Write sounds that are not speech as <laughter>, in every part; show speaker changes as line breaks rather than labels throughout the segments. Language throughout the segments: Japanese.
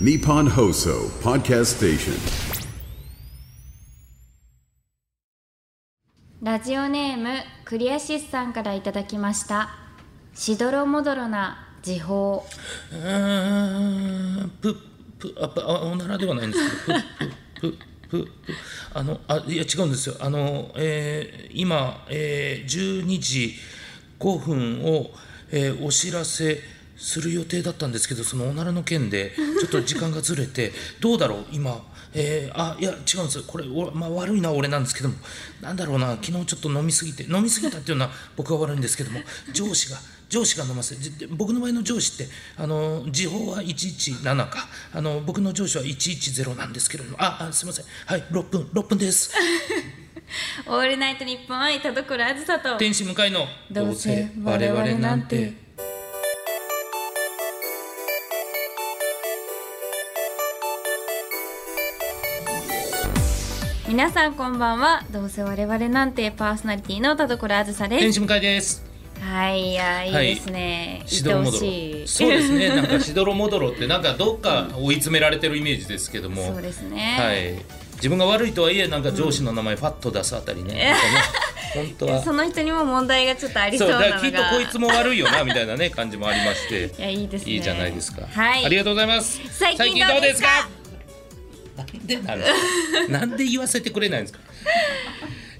Nippon Hoso Podcast Station.
ラジオネームクリアシスさんからいただきましたしどろもどろな時報
うーんぷぷあぷあおならではないんですけどぷぷぷぷあのあいや違うんですよあの、えー今、えー12時5分を、えーお知らせする予定だったんですけどそのおならの件でちょっと時間がずれてどうだろう今、えーあいや違うんですよこれ、おまあ、悪いな俺なんですけどもなんだろうな昨日ちょっと飲みすぎて飲みすぎたっていうのは <laughs> 僕は悪いんですけども上司が。上司が飲ませじで僕の場合の上司ってあの時報は117かあの僕の上司は110なんですけれどもああすいませんはい6分6分です
オールナイトニッポン愛田所あずさと
天使向かいの
どうせ我々なんて皆さんこんばんはどうせ我々なんてパーソナリティの田所あずさで
天
す
使向かいです
はいいやいい
はい
ですね、
し
言
どろ
って
も
ほ
どろ
しい
そうですねなんかしどろもどろってなんかどっか追い詰められてるイメージですけども
<laughs> そうですね
はい自分が悪いとはいえなんか上司の名前ファッと出すあたりね、なんかね本当は
その人にも問題がちょっとありそ
そう
う
だ
なの
から
が
きっとこいつも悪いよなみたいなね感じもありまして
いやいいですね
いいじゃないですか。
はい
ありがとうございます。
最近どうですか
なん
<laughs>
でなの？なんで言わせてくれないんですか。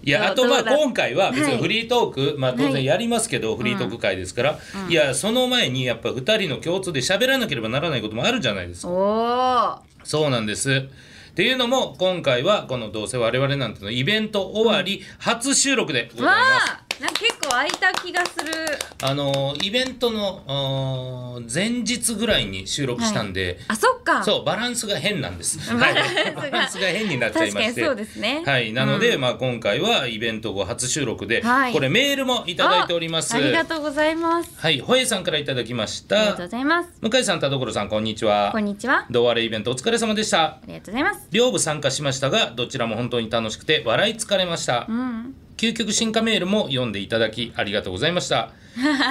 いやあ
ど
と
う
まあ
どうだ
今回は別
はい
にフリートーク、まあ当
は
然
い
やりますけど、フリートーク会ですから、いやその前にやっぱ二人の共通で喋らなければならないこともあるじゃないですか。
お
そうなんです。っていうのも今回はこのどうせ我々なんてのイベント終わり初収録でご
お
ざい
わ
ます。
あなんか結構空いた気がする
あのイベントのあー前日ぐらいに収録したんで、
あそっか
そうバランスが変なんです。
バ
は
ラ
い
ンスが
バランスが変になっちゃいま
確
して。
かにそうですね
はい、なので、まあ今回はイベント後初収録で、
はい
これメールもいただいております。
あありがとうございます
はい、ほえさんからいただきまし
ありが
た
とうご。ざいます
向井さん、田所さん、こんにちは。
こんにちは
どうあれイベントお疲れ様でした。
ありがとうございます
両部参加しましたが、どちらも本当に楽しくて笑い疲れました。
うん
究極進化メールも読んでいただきありがとうございました
<laughs>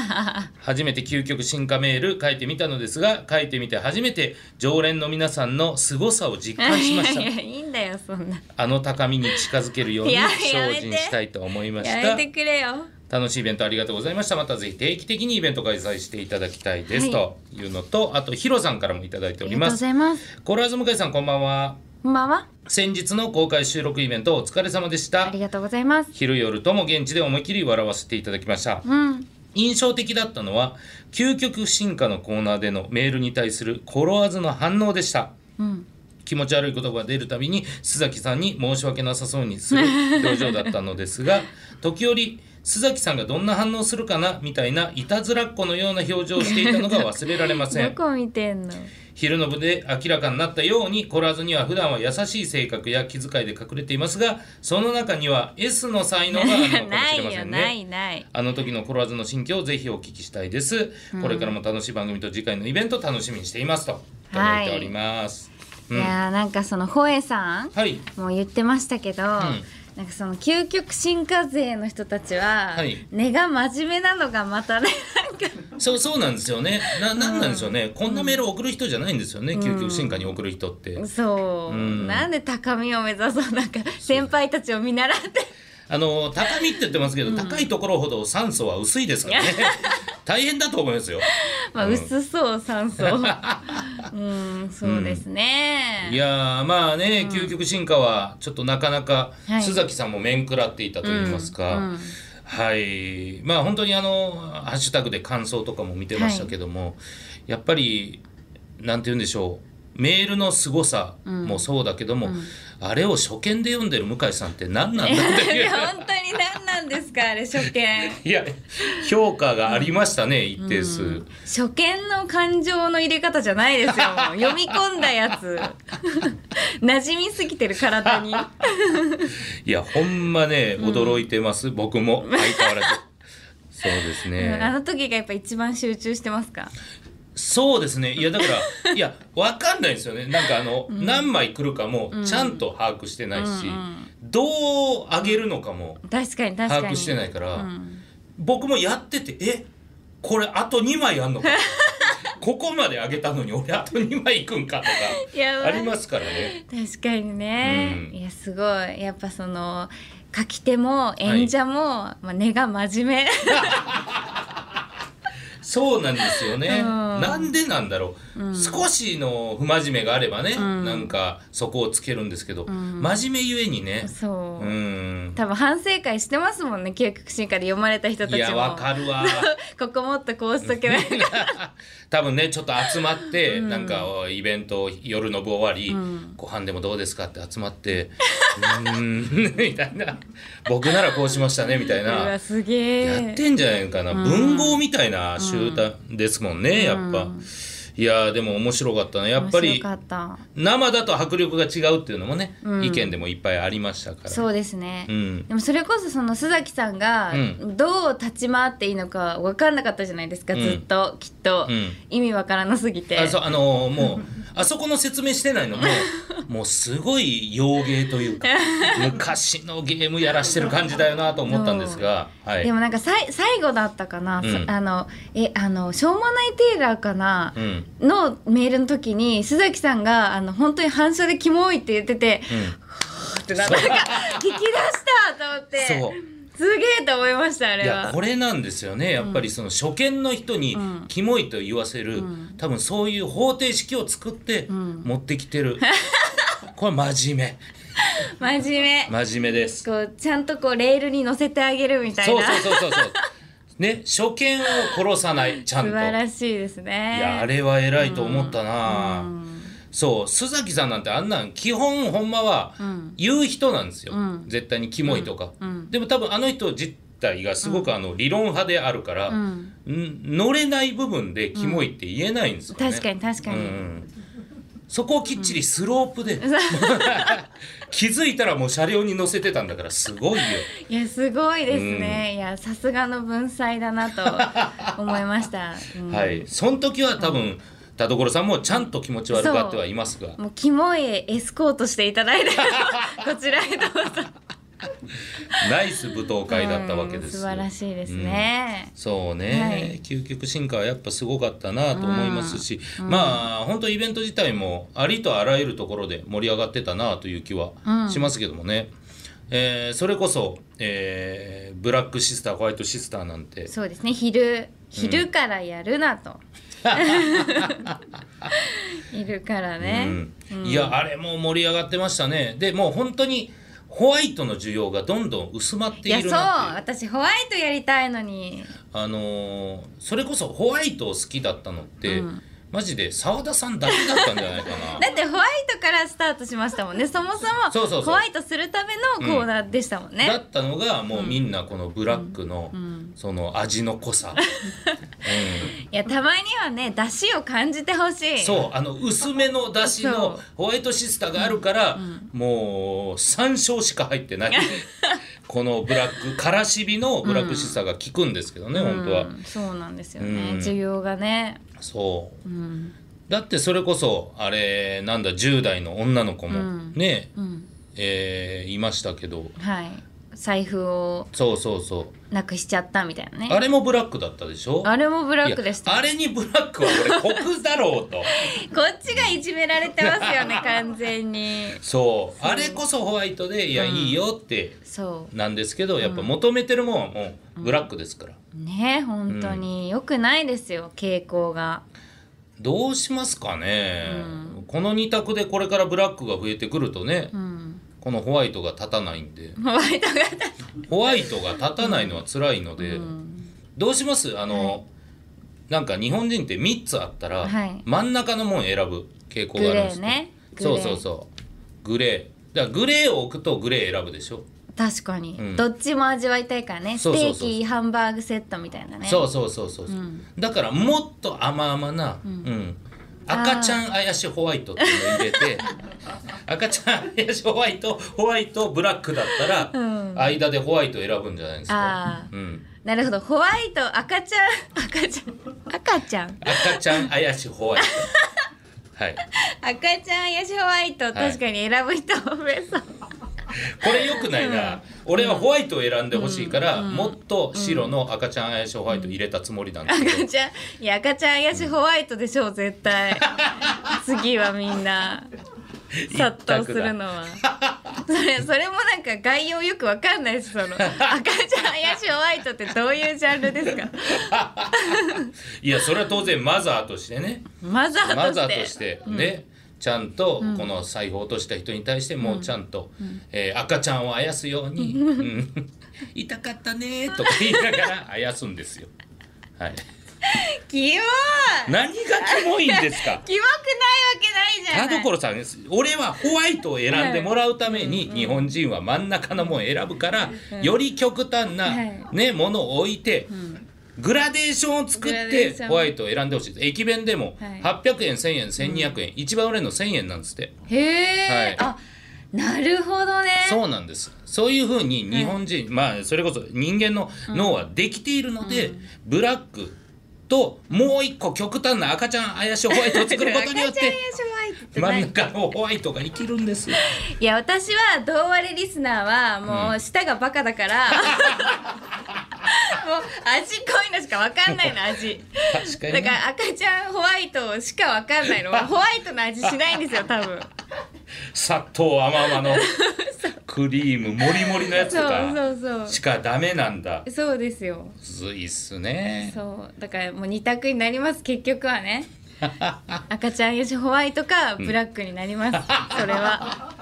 初めて究極進化メール書いてみたのですが書いてみて初めて常連の皆さんの凄さを実感しまし
<laughs> いやい
た
やいいんだよそんな
あの高みに近づけるよう
い
に
ややめて
精進したいと思いまし
や
た
めてくれよ
楽しいイベントありがとうございましたまたぜひ定期的にイベント開催していただきたいです、
は
というのとあとヒロさんからもいただいて
あ
お
り
り
がとう
ま
ご
す
ざいます
コーラーズ向井さんこんばんは
こんばんは
先日の公開収録イベントお疲れ様でし
あ
た
りがとうございます
昼夜とも現地で思いっきり笑わせていただきました
うん
印象的だったのは究極進化のコーナーでのメールに対するコロワーズの反応でした
うん
気持ち悪い言葉が出るたびに須崎さんに申し訳なさそうにす
<laughs>
る表情だったのですが時折須崎さんがどんな反応するかなみたいないたずらっ子のような表情をしていたのが忘れられませ
ど
ん
こ見てんの
昼の部で明らかになったようにコラーズには普段は優しい性格や気遣いで隠れていますがその中には S の才能があるのか
<laughs>
も
な
しれ
い
ませ
よ
んね
ないない
あの時のコロワーズの心境をぜひお聞きしたいです。これからも楽しい番組と次回のイベント楽しみにしていますと
は
届
い
いております。
いやーなんかそのホエさん
はい。
もう言ってましたけど、なんかその究極進化勢の人たちは、
はい
根が真面目なのがまたねなんか
そうそうなんですよね。ななんなんでしょうね。こんなメール送る人じゃないんですよね。究極進化に送る人って。
そう、
ん
なんで高みを目指そうなんか先輩たちを見習って
あの高みって言ってますけど、高いところほど酸素は薄いで
<laughs>
すからね。大変だと思いますよ。
まあ薄そう酸 <laughs> 素うんそうですね、
いやーまあね、究極進化はちょっとなかなか
はい
須崎さんも面食らっていたと言いますか、
うんうん
はいまあ本当にあのハッシュタグで感想とかも見てましたけども、やっぱりなんて言うんでしょうメールの凄さもそうだけども、あれを初見で読んでる向井さんって何なんだって
<laughs> い
いう
や本当に何なんですかあれ初見
いや評価がありましたね、一定数。
初見の感情の入れ方じゃないですよもう読み込んだやつ <laughs> 馴染みすぎてる体に
いやほんまね驚いてます、僕も相変わ
<laughs>
らず。そうですね。
あの時がやっぱ一番集中してますか
そうですねいやだから <laughs> いやわかんないんですよねなんかあの、何枚来るかもちゃんと把握してないし、どう上げるのかも
確かに確かに
把握してないから、
うん <laughs>
僕もやっててえこれあと2枚あんのかここまで上げたのに俺あと2枚いくんかと
や
か
ば
あ
い
りますからね
確かにね、
うん
いやすごいやっぱその書き手も演者も、まあ、根が真面目 <laughs>
そうなんですよね、
うん
なんでなんだろう、少しの不真面目があればね、なんかそこをつけるんですけど、真面目ゆえにね
そう、
うん
多分反省会してますもんね究極進化で読まれた人たち
いやわ
も
かるわ
<laughs> ここもっとこうしとけば
多分ねちょっと集まって、なんかおイベント夜の部終わり、ご飯でもどうですかって集まって「うーん」みたいな「僕ならこうしましたね」みたいう <laughs> な
わすげ
やっ
え
てんじゃないかな、文豪みたいな集団ですもんね、やっぱいやーでも面白かったなやっぱ
面
り
白かった
生だと迫力が違うっていうのもね、意見でもいっぱいありましたから
そうですね、
うん
でもそれこそその須崎さんが
うん
どう立ち回っていいのか分かんなかったじゃないですか、
うん
ずっときっと、
うん
意味わからなすぎて
あそうあのー
<laughs>
もうあそこの説明してないのももうすごい洋芸と
<laughs>
いうか昔のゲームやらしてる感じだよなと思ったんですが、はい、
でもなんかさい最後だったかな、そ
うん
あのえあのしょうもないテイラーかな、
うん
のメールの時に須崎さんがあの本当に反射でキモいって言ってて、ふーってななんか聞き出したと思って
そう
すげえと思いましたあ
い
れ
や
は
これなんですよねやっぱりその初見の人に「キモい」と言わせる、多分そういう方程式を作って持ってき
<laughs>
てる、これ真面
真面目、
目真面目です
こうちゃんとこうレールに乗せてあげるみたい
そう
な
そうそうそうそうね初見を殺さないちゃん
<laughs>
と
素晴らしいですね
いやあれは偉いと思ったな、そう須崎さんなんてあんなん基本ほんまは言う人なんですよ、絶対にキモいとか、でも多分あの人実体がすごくあの理論派であるから、ん乗れない部分でキモいって言えないんですよね、
確かに確かに、
うんそこをきっちりスロープで、 <laughs> 気づいたらもう車両に乗せてたんだからすごいよ
いやすごいですね、いやさすがの文才だ
<laughs>
なと思いました、うん
はいその時は多分田所さんもちゃんと気持ち悪がってはいますが
もうキモいエスコートしていた <laughs> だいてこちらへどうぞ
ナイス舞踏会だったわけです
うん
よ
素晴らしいですね、
そうね、
はい
究極進化はやっぱすごかったなと思いますし、まあ本当イベント自体もありとあらゆるところで盛り上がってたなという気はしますけどもね、えーそれこそ、えーブラックシスターホワイトシスターなんて
そうですね昼昼からやるなと、 <laughs> 昼からね、
うんいやあれも盛り上がってましたねでもう本当にホワイトの需要がどんどん薄まっ
い
てい
や
る
そう
なってい
私
う
ホワイトやりたいのに
あのーそれこそホワイトを好きだったのって、マジで澤田さんだけだったんじゃないか
<laughs>
な。
だってホワイトからスタートしましたも
<laughs>
んねそもそも
そうそうそう
ホワイトするためのコーナーでしたもんね、
だったのがもうみんなこのブラックのその味の
<laughs>
濃さ、
いやたまにはね出汁を感じてほしい
そうあの薄めの出汁の
そう
ホワイトシスターがあるからもう山椒しか入って
<laughs>
ないこのブラックからしびのブラックシスターが効くんですけどね、本当は
うんそうなんですよね、
うん
需要がね
そう、だってそれこそあれなんだ10代の女の子もね、えーいましたけど
はい財布を
そうそうそう
なくしちゃったみたいなね
あれもブラックだったでしょ
あれもブラックでし
い
た
やあ
こ
れにブラックは俺酷だろ
<laughs>
うと
っちがいじめられてますよ
<laughs>
ね完全に
そうあれこそホワイトでいや、いいよって
そ
なんですけどやっぱ求めてるもんはもうブラックですから、
うね本当に良くないですよ傾向が
どうしますかね、この2択でこれからブラックが増えてくるとね、このホワイトが立たないんで
ホワイトが
ホワイトが立たないのは辛いので、どうしますあの、なんか日本人って3つあったら、
はい
真ん中のもん選ぶ傾向があるんですけど
グレーねグレ
そう
ー
そうそうグレーだからグレーを置くとグレー選ぶでしょ、
確かに、
ん
どっちも味わいたいからね
そうそうそう
ステーキハンバーグセットみたいなね
そうそうそうそうそう、だからもっと甘々な、うん赤ちゃん怪しホワイトっていうのを入れ
<laughs>
て赤ちゃん怪しホワイトホワイトブラックだったら、間でホワイト選ぶんじゃないですか
あ、ー
うん、
なるほどホワイト赤ちゃん赤ちゃん赤ちゃん
赤ちゃん怪しホワイトはい
赤ちゃんヤシホワイト、
はい
確かに選ぶ人も増えそう
これ良くないな、俺はホワイトを選んでほしいから、もっと白の赤ちゃん怪しホワイト入れたつもりなんだけど、
赤ちゃんいや赤ちゃん怪しいホワイトでしょう絶対次はみんな殺到するのはそれそれもなんか概要よくわかんないしその赤ちゃん怪しいホワイトってどういうジャンルですか
いやそれは当然マザーとして <laughs> ね
マザー
マ
として
ザーとしてね、ちゃんとこの財布を落とした人に対してもうちゃんと、えー赤ちゃんをあやすように「うん痛かったね」とか言いながらあやすんですよ。はい、
キモい
何がキモいんですか
キモくないわけない
田
じゃない
所さん俺はホワイトを選んでもらうために日本人は真ん中のもんを選ぶからより極端な
はい
ねものを置いてグラデーションを作っ
グラデー
て
ション
ホワイトを選んでほしいです駅弁でも
はい
800円1000円1200円一番売れるの1000円なんですって
へえ、
はい
あなるほどね
そうなんですそういうふうに日本人、まあそれこそ人間の脳はできているので、ブラックともう一個極端な赤ちゃん怪しいホワイトを作ることによっ
<laughs> 赤ちゃん怪
て
しいホワイトって
真ん
何
中のホワイトが生きるんです
いや私は同割れリスナーはもう舌がバカだ
<laughs>
から、もう味濃いのしかわかんないの味
確かに
だから赤ちゃんホワイトしかわかんないのホワイトの味しないんですよ多分
砂糖甘
<laughs>
々のクリームもりもりのやつとか
そうそうそ
しかダメなんだ
うそうですよ
むずいっすね
そうだからもう二択になります結局は
<laughs>
ね赤ちゃんよしホワイトかブラックになります、
<laughs>
それは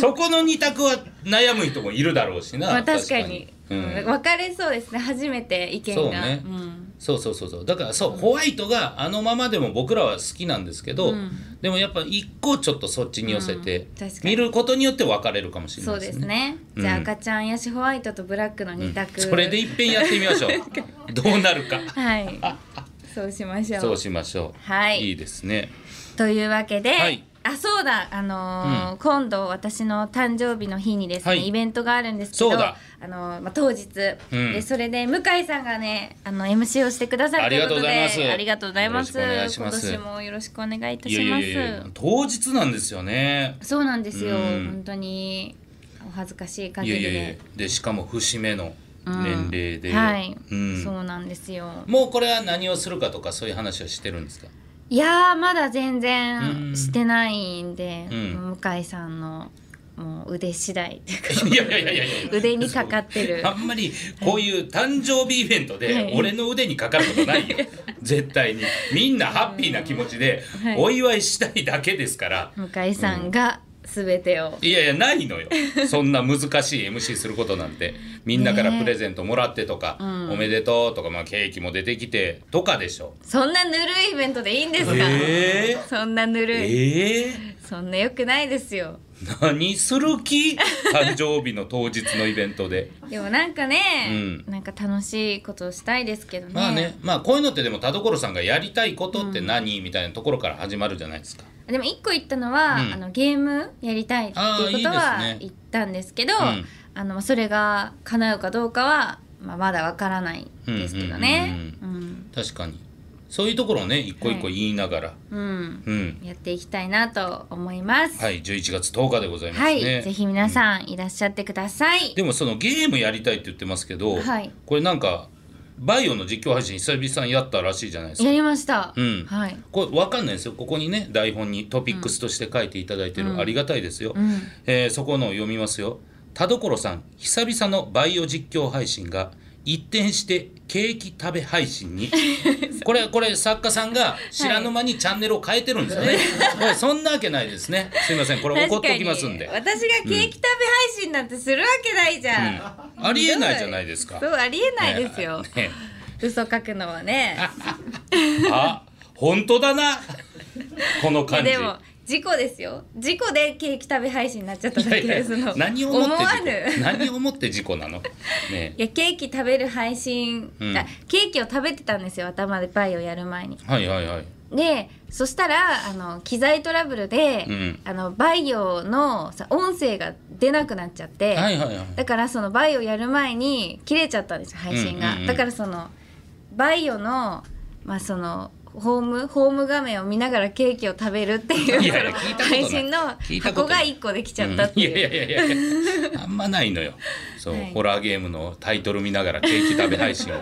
そこの二択は悩む人もいるだろうしな、
まあ確かに
うん
うん分かれそうですね初めて意見が
そうね
ん
そうそうそうそうだからそうホワイトがあのままでも僕らは好きなんですけど、でもやっぱ一個ちょっとそっちに寄せて、
うん確かに
見ることによって分かれるかもしれな
そう
いで
ですす
ね
ね、
うん
じゃあ赤ちゃんやしホワイトとブラックの二択、
それで一遍やってみまし
<laughs>
ょうどうなるか
はいそうしましょう
そうしましょう
はい
いいですね
というわけで、
はい
あそうだあのー今度私の誕生日の日にですね、
はい
イベントがあるんですけど
そうだ
あのーまあ、当日、
うん
でそれで向井さんがねあの MC をしてくださ
あ
るという
りが
こ
とう
と
ご
で
ざいます
ありがとうございます
よろしくお願いします
今年もよろしくお願いいた
い
し
やい
ま
や
す
いやいや当日なんですよね
そうなんですよ、
うん
本当にお恥ずかしい限
い
り
や
で
いやいやでしかも節目の年齢で、
はい、
うん
そうなんですよ
もうこれは何をするかとかそういう話はしてるん
<laughs>
ですか
いやーまだ全
う
然
ん
してないんで、
うん
向井さんのもう腕次第っていうか
いやいやいやいやいや
腕にかかってる
あんまりこういう誕生日イベント
はい
で俺の腕にかかるこ
<laughs>
とないよ絶対にみんなハッピーな気持ちで
はい
お祝いしたいだけですから
向井さんが全てを、
いやいやないのよそんな難しい MC することなんてみんなからプレゼントもらってとか、おめでとうとか、まあ、ケーキも出てきてとかでしょ
そんなぬるいイベントでいいんですか、
え
そんなぬるい、
ええ
そんな良くないですよ
何する気 <laughs> 誕生日の当日のイベントで
でもなんかね、
う
なんか楽しいことをしたいですけどね,、
まあねまあこういうのってでも田所さんがやりたいことって何、みたいなところから始まるじゃないですか
でも一個言ったのは、
うん
あのゲームやりたいっていうこと
あ
は
ーいいですね
言ったんですけど
う
あ
ん
のそれが叶うかどうかは、まあ、まだわからないですけどね
う
うん
確かにそういうところをね一個一個言いながら、
うん
うん
やっていきたいなと思いますは
はい11月10日でござい
い、
ますね、
ぜひ皆さんいらっしゃってください、
でもそのゲームやりたいって言ってますけど、
はい
これなんかバイオの実況配信久々にやったらしいじゃないです
や
か
りました、
うん
はい
これわかんないですよここにね台本にトピックスとして書いていただいてる、ありがたいですよ、えーそこのを読みますよ田所さん久々のバイオ実況配信が一転してケーキ食べ配信
<laughs>
にこれこれ作家さんが知らぬ間にチャンネルを変えてるんですね、
<laughs>
これそんなわけないですねすいませんこれ怒っておきますんで、
確かに私がケーキ食べ配信なんてするわけないじゃん、
うんありえないじゃないですか
そうありえないですよ、
ねね
<laughs> 嘘書くのはね
あ本当だなこの
いや
感じ
でも事故ですよ事故でケーキ食べ配信になっちゃっただけ
いや
で
い
す
や
<laughs> の
何をもって
思わぬ
事故何をもって事故
<laughs>
なのね
いやケーキ食べる配信、
うん
あケーキを食べてたんですよ頭でパイをやる前に
はいはいはい
でそしたらあの機材トラブルで、
うん
あのバイオのさ音声が出なくなっちゃって、
はいはいはい
だからそのバイオやる前に切れちゃったんですよ配信が、
うんうんうん
だからそのバイオのまあそのホームホーム画面を見ながらケーキを食べるっていう
いやいや
その
聞いたことない
配信の
聞いたこと
箱
ない
が一個できちゃったって
い
いう
やいやいやいやあんまないのよそう、
はい
ホラーゲームのタイトル見ながらケーキ食べ
<laughs>
配信を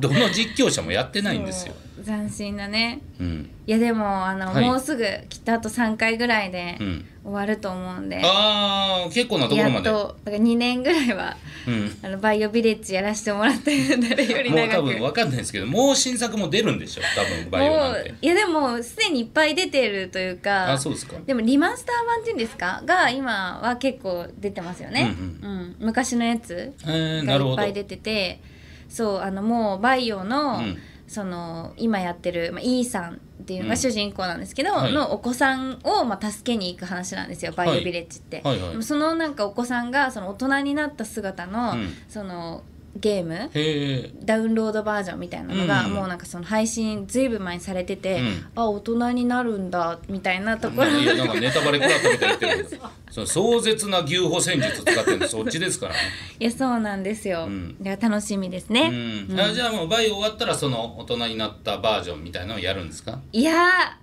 どの実況者もやってないんですよ、
もう斬新なね
うん、
いやでもあの、
はい
もうすぐきっとあと3回ぐらいで
うん
終わると思うんで、
ああ結構なところ
や
ま
っ
で、
とだから2年ぐらいは
うん、
あのバイオビレッジやらせてもらってるんでより
もう多
長く
分わかんないですけどもう新作も出るんでしょ多分バイオ
も
なん
う
て
いやでもすでにいっぱい出てるというか
あそうですか
でもリマスター版っていうんですかが今は結構出てますよね、うん昔のやつ
え
が
ー、なる
い
ほ
っ
ど
ぱい出ててそうあのもうバイオの、
うん
その今やってる、まあ、イーさんっていうの
うん
が主人公なんですけど、
はい
のお子さんを、まあ、助けに行く話なんですよバイオビレッジって、
はいはいはい
でもそのなんかお子さんがその大人になった姿の、
うん
そのゲーム
へえ
ダウンロードバージョンみたいなのが、
うん
もうなんかその配信ずいぶん前にされてて、
うん
あ大人になるんだみたいなところ
いやなんかネタバレ食らったみたいに言ってるけどその壮絶な牛歩戦術使ってるのそっちですからね
<laughs> いやそうなんですよ、
ん
いや楽しみですね、
うん、あじゃあもうバイオ終わったらその大人になったバージョンみたいなのをやるんですか
いや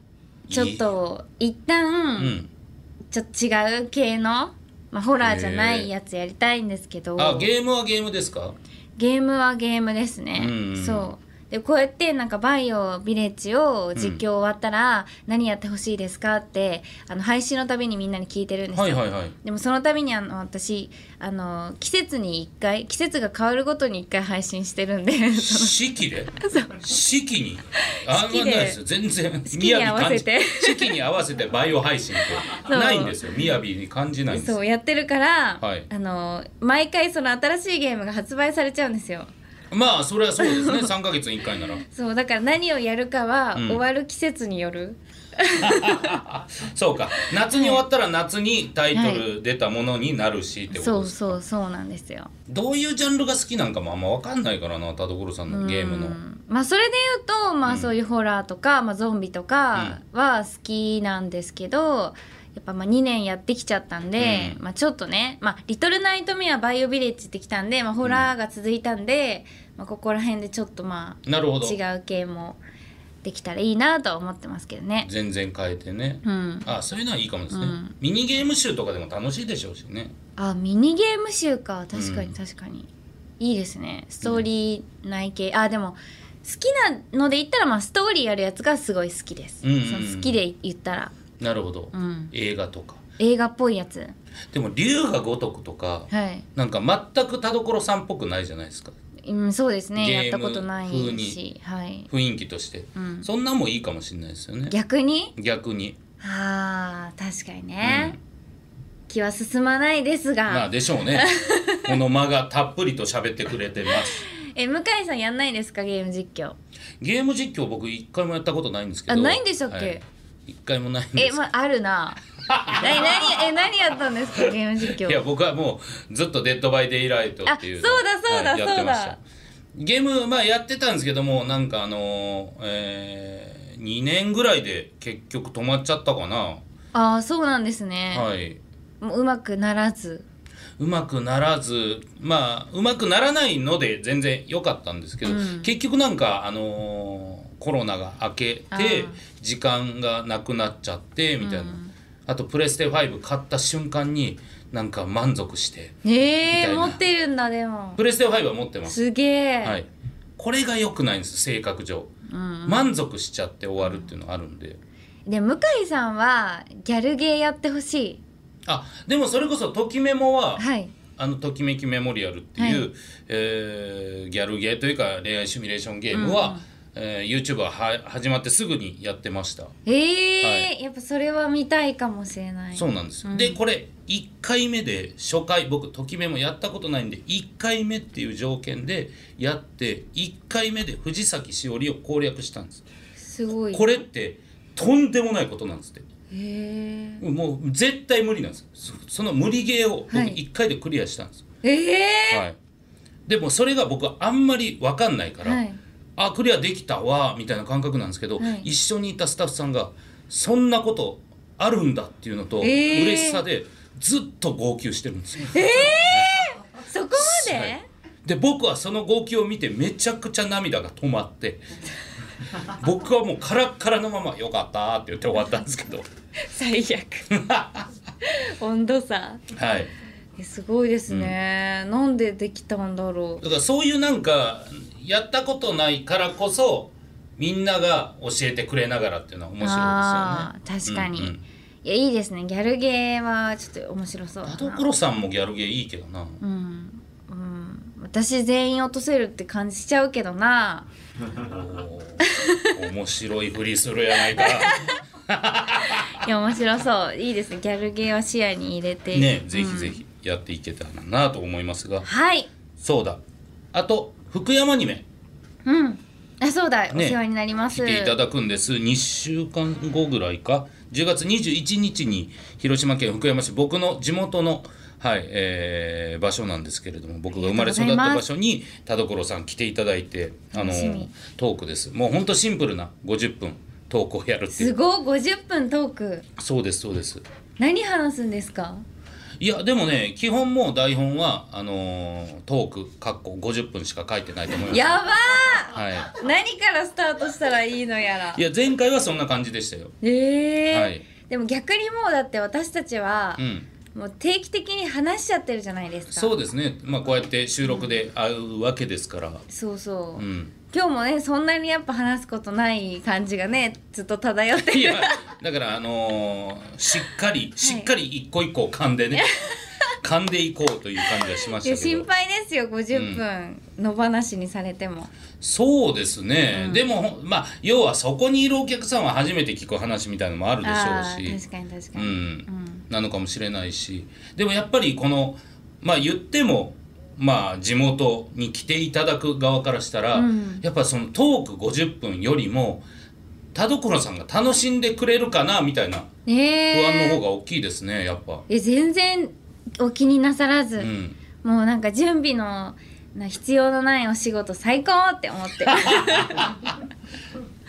ーちょっと一旦、
うん
ちょっと違う系の、まあ、ホラーじゃないやつやりたいんですけど、
あゲームはゲームですか
ゲームはゲームですね、
うん
そうでこうやってなんかバイオビレッジを実況終わったら何やってほしいですかってあの配信のたびにみんなに聞いてるんですよ、
はいはいはい
でもそのたびにあの私あの季節に1回季節が変わるごとに1回配信してるんでその
四季で四季にあんまないですよ全然
四季に合わせて
雅感じ四季に合わせてバイオ配信って
そう
ないんですよ雅に感じないんで
<laughs>
す
そ
よ
うやってるから、
はい
あの毎回その新しいゲームが発売されちゃうんですよ。
まあそれはそうですね3か月に1回なら
そうだから何をやるかは、
ん
終わる季節による
そうか夏に終わったら夏にタイトル出たものになるしってこ
そ
と
う
です
そうそうなんですよ。
どういうジャンルが好きなんかもあんま分かんないからな田所さんのゲームの
うんまあそれで言うとまあそういうホラーとか、まあゾンビとかは好きなんですけど。やっぱまあ2年やってきちゃったんで、まあちょっとね、まあ、リトルナイトメアバイオビレッジってきたんで、まあ、ホラーが続いたんで、まあ、ここら辺でちょっとまあ
なるほど
違う系もできたらいいなとは思ってますけどね。
全然変えてね、
うん、
あそういうのはいいかもですね、ミニゲーム集とかでも楽しいでしょうしね
あミニゲーム集か確か
うん
に確かに、いいですねストーリー内系、あでも好きなので言ったら、まあ、ストーリーやるやつがすごい好きです、
うんうんうん
その好きで言ったら
なるほど、
ん
映画とか
映画っぽいやつ
でも龍が如くとか、
はい、
なんか全く田所さんっぽくないじゃないですか
うん、そうですね
ゲーム
やったことない
風に
し、はい、
雰囲気として、そんなんもいいかもしれないですよね
逆に
逆に
あー確かにね、気は進まないですが、
まあでしょう
<laughs>
ねこの間がたっぷりと喋ってくれてます
え向井さんやんないですかゲーム実況
ゲーム実況僕一回もやったことないんですけど
あないんでしたっけ
はい一回もないんで
え
すけど
まあある
<laughs>
なな何え何やったんですかゲーム実況
いや僕はもうずっと「デッド・バイ・デイ・ライト」っていうのを
あそうだそうだ
やってました
そうだ
ゲームまあやってたんですけどもなんかあのーえー、2年ぐらいで結局止まっちゃったかな、
ああそうなんですね、
はい、
もううまくならず
うまくならずまあうまくならないので全然良かったんですけど、結局なんかあのーコロナが明け
あ
て
ー
時間がなくなっちゃってみたいな、あとプレステ5買った瞬間になんか満足して
え
みたい
え
な
持ってるんだでも
プレステ5は持ってます
すげえ、
はい、これが良くないんです性格上、満足しちゃって終わるっていうのがあるんで
で向井さんはギャルゲーやってほし
あでもそれこそ「ときメモは」
いはい
あの「ときめきメモリアル」っていう、
は
えーギャルゲーというか恋愛シミュレーションゲームは、えー YouTube はは始まってすぐにやってました、
ええやっぱそれは見たいかもしれない
そうなんですよ、でこれ1回目で初回僕「ときメモ」やったことないんで1回目っていう条件でやって1回目で藤崎しおりを攻略したんです
すごい
これってとんでもないことなんですって
へえ
もう絶対無理なんですそその無理ゲーを僕
はい
1回でクリアしたんです、
ええ
はいでもそれが僕はあんまり分かんないから、
はい
あクリアできたわみたいな感覚なんですけど、
はい
一緒にいたスタッフさんがそんなことあるんだっていうのと、
えー
嬉しさでずっと号泣してるんですよ、
そこまで、 <laughs>
はいで僕はその号泣を見てめちゃくちゃ涙が止まって僕はもうカラッカラのまま「よかった」って言って終わったんですけど
最
<laughs>
悪温度差
はい
えすごいですね、なんでできたんだろう
だからそういうなんかやったことないからこそみんなが教えてくれながらっていうのは面
あー
白いですよね
確かに、
うんうん
いやいいですねギャルゲーはちょっと面白そうだ
田
な
所さんもギャルゲーいいけどな
うん、うん、私全員落とせるって感じしちゃうけどな
おー面白いふりするやないか
<laughs> いや面白そういいですねギャルゲーは視野に入れて
ねぜひぜひやっていけたらなと思いますが
はい
そうだあと福山アニメ
うんあそうだ、
ね
お世話になります
来ていただくんです2週間後ぐらいか10月21日に広島県福山市僕の地元の、はいえー場所なんですけれども僕が生まれ育った場所に田所さん来ていただいてあの
楽しみ
トークですもうほんとシンプルな50分トークをやるってい
す
う
ごい50分トーク
そうですそうです
何話すんですか
いやでもね基本もう台本はあのートークかっこ50分しか書いてないと思います
やばー
はい、
何からスタートしたらいいのやら
いや前回はそんな感じでしたよ
ええー
はい
でも逆にもうだって私たちは
う、ん
もう定期的に話しちゃってるじゃないですか
そうですね、まあ、こうやって収録で会うわけですから、
そうそう、 <laughs>
うん、
今日もねそんなにやっぱ話すことない感じがねずっと漂って
い
る
やだから、あのーしっかりしっかり一個一個噛
<laughs>
んでね、噛んでいこうという感じはしま
い
し
や
たけ
心
ど
配ですよ50分野放しにされても、
そうですね、でもまあ要はそこにいるお客さんは初めて聞く話みたいのもあるでし
ああ
ょうし
確かに確か
う
に、
ん、なのかもしれないしでもやっぱりこのまあ言ってもまあ地元に来ていただく側からしたら、やっぱそのトーク50分よりも田所さんが楽しんでくれるかなみたいな不
え
安
え
の方が大きいですねやっぱ。
え全然お気になさらず、
ん
もうなんか準備のな必要のないお仕事最高って思って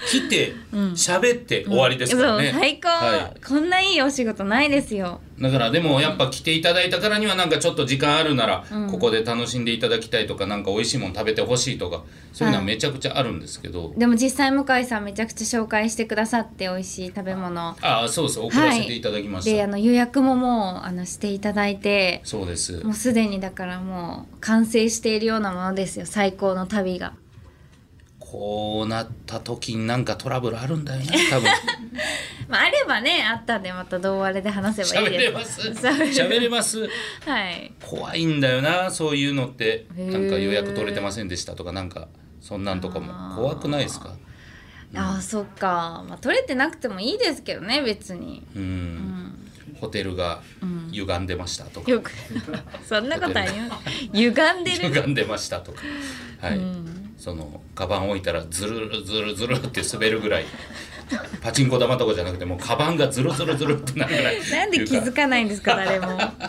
来て喋、って終わりですからね。
<laughs> そう最高、
は
こんないいお仕事ないですよ
い、だからでもやっぱ来ていただいたからにはなんかちょっと時間あるなら、ここで楽しんでいただきたいとかなんか美味しいもの食べてほしいとかそういうのはめちゃくちゃあるんですけど。
でも実際向井さんめちゃくちゃ紹介してくださって美味しい食べ物
ああそうです送らせていただきました、
であの予約ももうあのしていただいて
そうです
もうすでにだからもう完成しているようなものですよ最高の旅が
こうなった時になんかトラブルあるんだよね多分
まあ、あればねあったんでまた同割れで話せばい
喋
い
れ
で
ます
す <laughs>
喋れます
はい
怖いんだよなそういうのって
へー
なんか予約取れてませんでしたとかなんかそんなんとかも怖くないですか
ああそっか、まあ、取れてなくてもいいですけどね別に
うん、ホテルが歪んでましたとか、
よく <laughs> そんなことは言う歪んでる
歪んでましたとかはい、そのカバン置いたらズルルズルズルって滑るぐらいパチンコ玉とかじゃなくてもうカバンがズルズルズルってなるぐらい
なんで気づかないんですか誰もな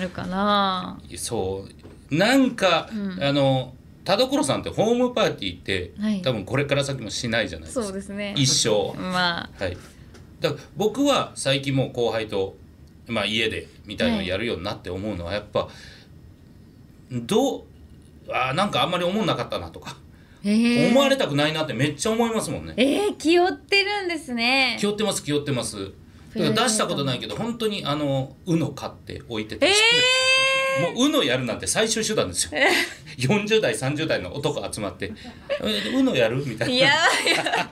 るかな
そうなんか、あの田所さんってホームパーティーって、
はい
多分これから先もしないじゃないですか
そうですね
一生、
まあ
はいだから僕は最近もう後輩と、まあ、家でみたいなのやるようになって思うのはやっぱどうあーなんかあんまり思んなかったなとか、
えー、
思われたくないなってめっちゃ思いますもんね
えー、気負ってるんですね
気負ってます気負ってますだから出したことないけど本当にあの UNO 買って置いてて、
え
もう UNO やるなんて最終手段ですよ、40代30代の男集まって「え UNO やる?」みた
ー、
い
い
な
や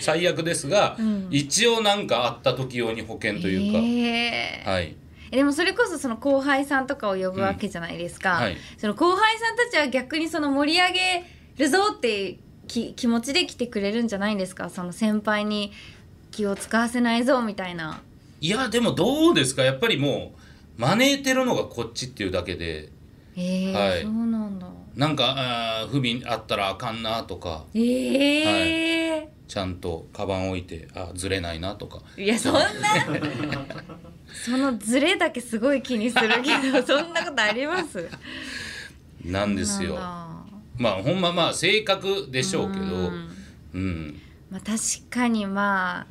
最悪ですが、一応なんかあった時用に保険 <laughs> というか、
えー
はい
えでもそれこそその後輩さんとかを呼ぶわけじゃないですか、
うんはい
その後輩さんたちは逆にその盛り上げるぞってき気持ちで来てくれるんじゃないんですかその先輩に気を使わせないぞみたいない
やでもどうですかやっぱりもう招いてるのがこっちっていうだけで
えー
はい
そうなんだ
なんかあー不憫あったらあかんなとか
えー
ちゃんとカバン置いてあずれないなとか
い、やそんなそのズレだけすごい気にするけどそんなことあります
なんです
なん
よ。
だ
まあほんままあ性格でしょうけど、うん
まあ、確かにまあ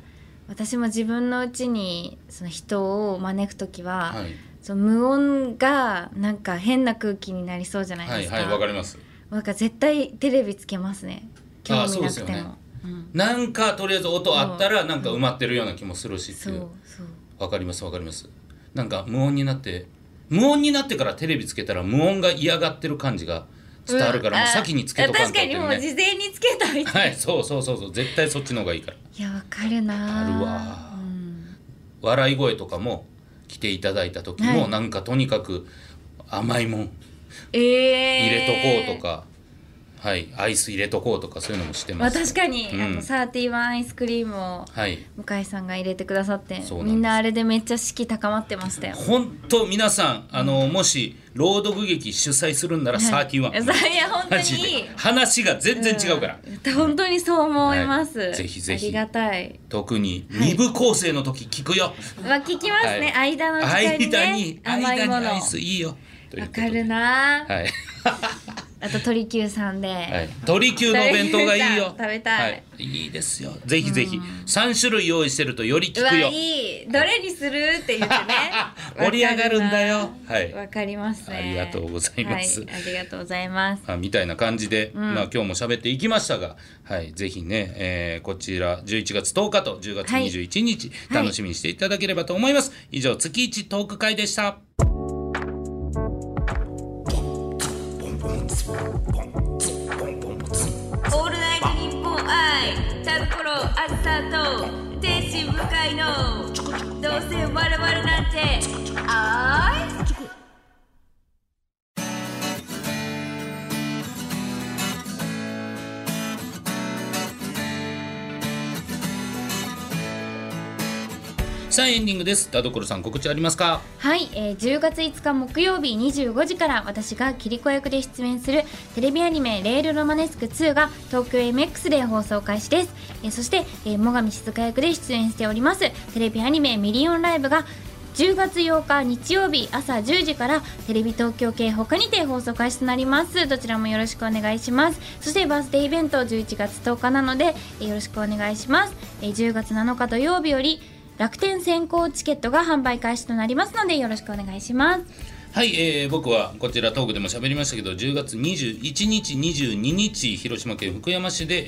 私も自分のうちにその人を招く時は、
はい
その無音がなんか変な空気になりそうじゃない
は
で
い
すか、
はいわかります。
なんか絶対テレビつけますね興
あ
味
そうで
な
す
く
よ
て
ね
もうん
なんかとりあえず音あったらなんか埋まってるような気もするしって
そ
いうう
そう
わかりますわかりますなんか無音になって無音になってからテレビつけたら無音が嫌がってる感じが伝わるから、
うん
も
あ
う先につけとかんとってい
あ確か
う
にもう
ね
事前につけたみたい
はいそうそうそうそう絶対そっちの方がいいから
いやわかるな
わかるわ
うん
笑い声とかも来ていただいた時も、
はい
なんかとにかく甘いもん
えー、
入れとこうとか、はいアイス入れとこうとかそういうのもして
ま
ま
あ
す
確かに、
うん
あのサーティワンアイスクリームを
はい
向井さんが入れてくださって
そうなんです
みんなあれでめっちゃ士気高まってましたよ
本当皆さんあのもし朗読劇主催するんならサ
<laughs>
ーティワン
いや本当
マ
に
ジで話が全然違うから、
本当にそう思います、
はいぜひぜひ
ありがたい
特に二部構成の時聞くよ、
まあ聞きますね、
は
間の時間に,、ね、
間に
甘い
間
も
に
の
アイ
わ
スいいよということ
か
で
るな、
はい、
あと鳥久さんで、
はい、鳥級のお弁当がいいよ
食べたい
はい、いいですよぜひぜひ三種類用意してるとより
う
聞
わ
くよ
いいどれにするって言ってね
盛り上がるんだよはい
わかりますね
ありがとうございます
はい、ありがとうございます
あみたいな感じで、まあ今日も喋っていきましたが、はい、ぜひね、えーこちら11月10日と10月
はい
21日、
はい
楽しみにしていただければと思います。以上、月一トーク会でした。
オールナイトニッポン愛タルコロあずさと天使向かいのどうせ我々なんてあい
さあ、エンディングです。田所さん、告知ありますか
はい、えー10月5日木曜日25時から私がキリコ役で出演するテレビアニメ「レールロマネスク2」が東京 MX で放送開始です、えーそして、えー、最上静香役で出演しておりますテレビアニメ「ミリオンライブ」が10月8日日曜日朝10時からテレビ東京系他にて放送開始となりますどちらもよろしくお願いしますそしてバースデーイベント11月10日なのでえーよろしくお願いしますえー10月7日土曜日より楽天先行チケットが販売開始となりますのでよろしくお願いします
はい、えー僕はこちらトークでも喋りましたけど10月21日22日広島県福山市で、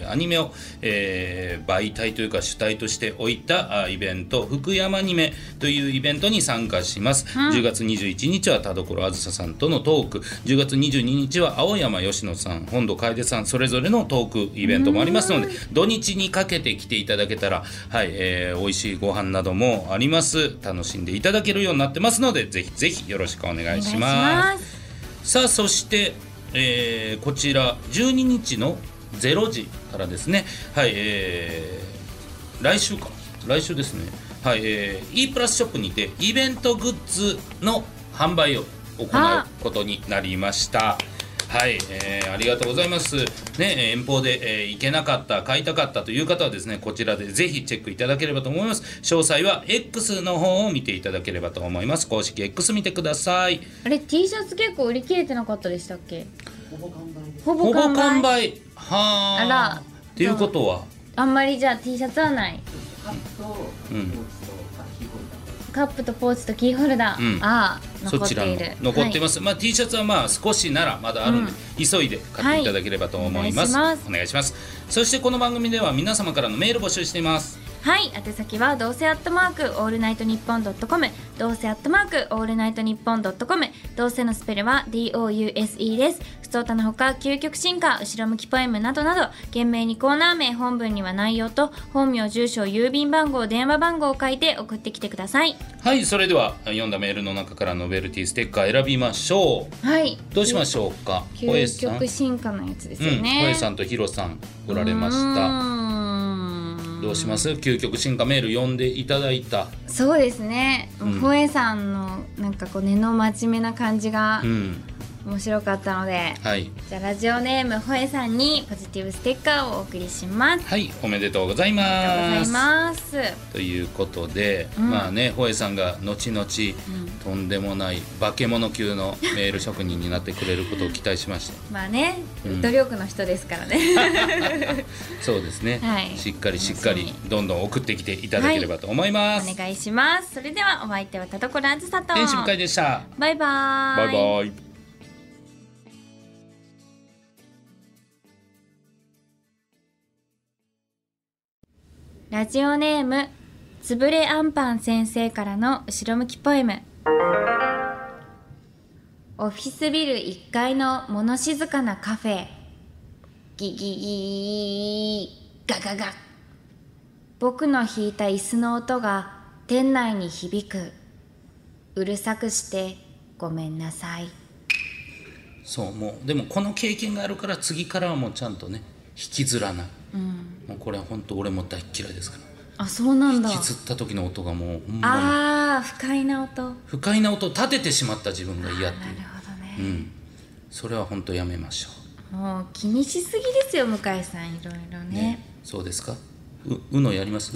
えーアニメを、えー媒体というか主体として置いたあイベント福山アニメというイベントに参加します、10月21日は田所あずささんとのトーク10月22日は青山佳乃さん本土楓さんそれぞれのトークイベントもありますので土日にかけて来ていただけたら、はいえー、美味しいご飯などもあります楽しんでいただけるようになってますのでぜひぜひよろしくお願い
お
し
願
ま
い
す
します
さあそして、えーこちら12日の0時からですねはいえー来週か来週ですねはいえー e プラスショップにてイベントグッズの販売を行う
あ
ことになりました。はい、えーありがとうございます。ね、えー遠方で、えー行けなかった、買いたかったという方はですね、こちらでぜひチェックいただければと思います。詳細は X の方を見ていただければと思います。公式 X 見てください。
あれ T シャツ結構売り切れてなかったでしたっけほ
ほ
ぼ
ぼ
完売
完売はあ
あら
っていうことは
あんまりじゃあ T シャツはない
うん
カップとポーチとキーホルダー、
うん
ああ
そ
残っ
ちら
て
の
いる、
残ってますす、まあ T シャツはまあ少しならまだあるんで、急いで買っていただければと思います、
はいお願いします
お願いしますそしてこの番組では皆様からのメール募集しています
はい、はい、宛先はどうせアットマークオールナイトニッポンドットコムどうせアットマークオールナイトニッポンドットコムどうせのスペルは DOUSE です不登たのほか究極進化後ろ向きポエムなどなど懸命にコーナー名本文には内容と本名住所郵便番号電話番号を書いて送ってきてください
はいそれでは読んだメールの中からノベルティステッカー選びましょ
はい。
うどうしましょうか声
究
さん
極進化のやつです
う
よ
ん
ね。
声さんとヒロさんおられました
た
どうします究極進化メール読んでいただいた
そうですね。
ん
ほえさんのなんかこう根の真面目な感じが
うん
面白かったので、
はい
じゃあラジオネームほえさんにポジティブステッカーをお送りします。
はいおめでとうござい
ありがとうご
ま
ざい
す
ます。
ということで、
ん
まあねほえさんが後々、とんでもない化け物級のメール職人になってくれることを期待しました
まあね、
うん
努力の人ですから
<laughs>
ね。
そうですね、
はい
しっかりしっか
楽
り
し
どんどん送ってきていただければと思います、
お願いします。それではお相手は田所あずさと。
天使向井でした
バイバー
バイバイ
ラジオネームつぶれあんぱん先生からの後ろ向きポエムオフィスビル1階の物静かなカフェギギギーガガガ僕の引いた椅子の音が店内に響くうるさくしてごめんなさい
そうもうでもこの経験があるから次からはもうちゃんとね引きずらない、もうこれは本当俺も大っ嫌いですから
あそうなんだ
引きずった時の音がもうほんまに
あー不快な音なる
不快な音を立ててしまった自分が嫌っていう、
ほど
う
ね、
ん、それは本当やめましょ
もう気にしすぎですよ向井さんいろいろ
う
ね
そうですかううのやります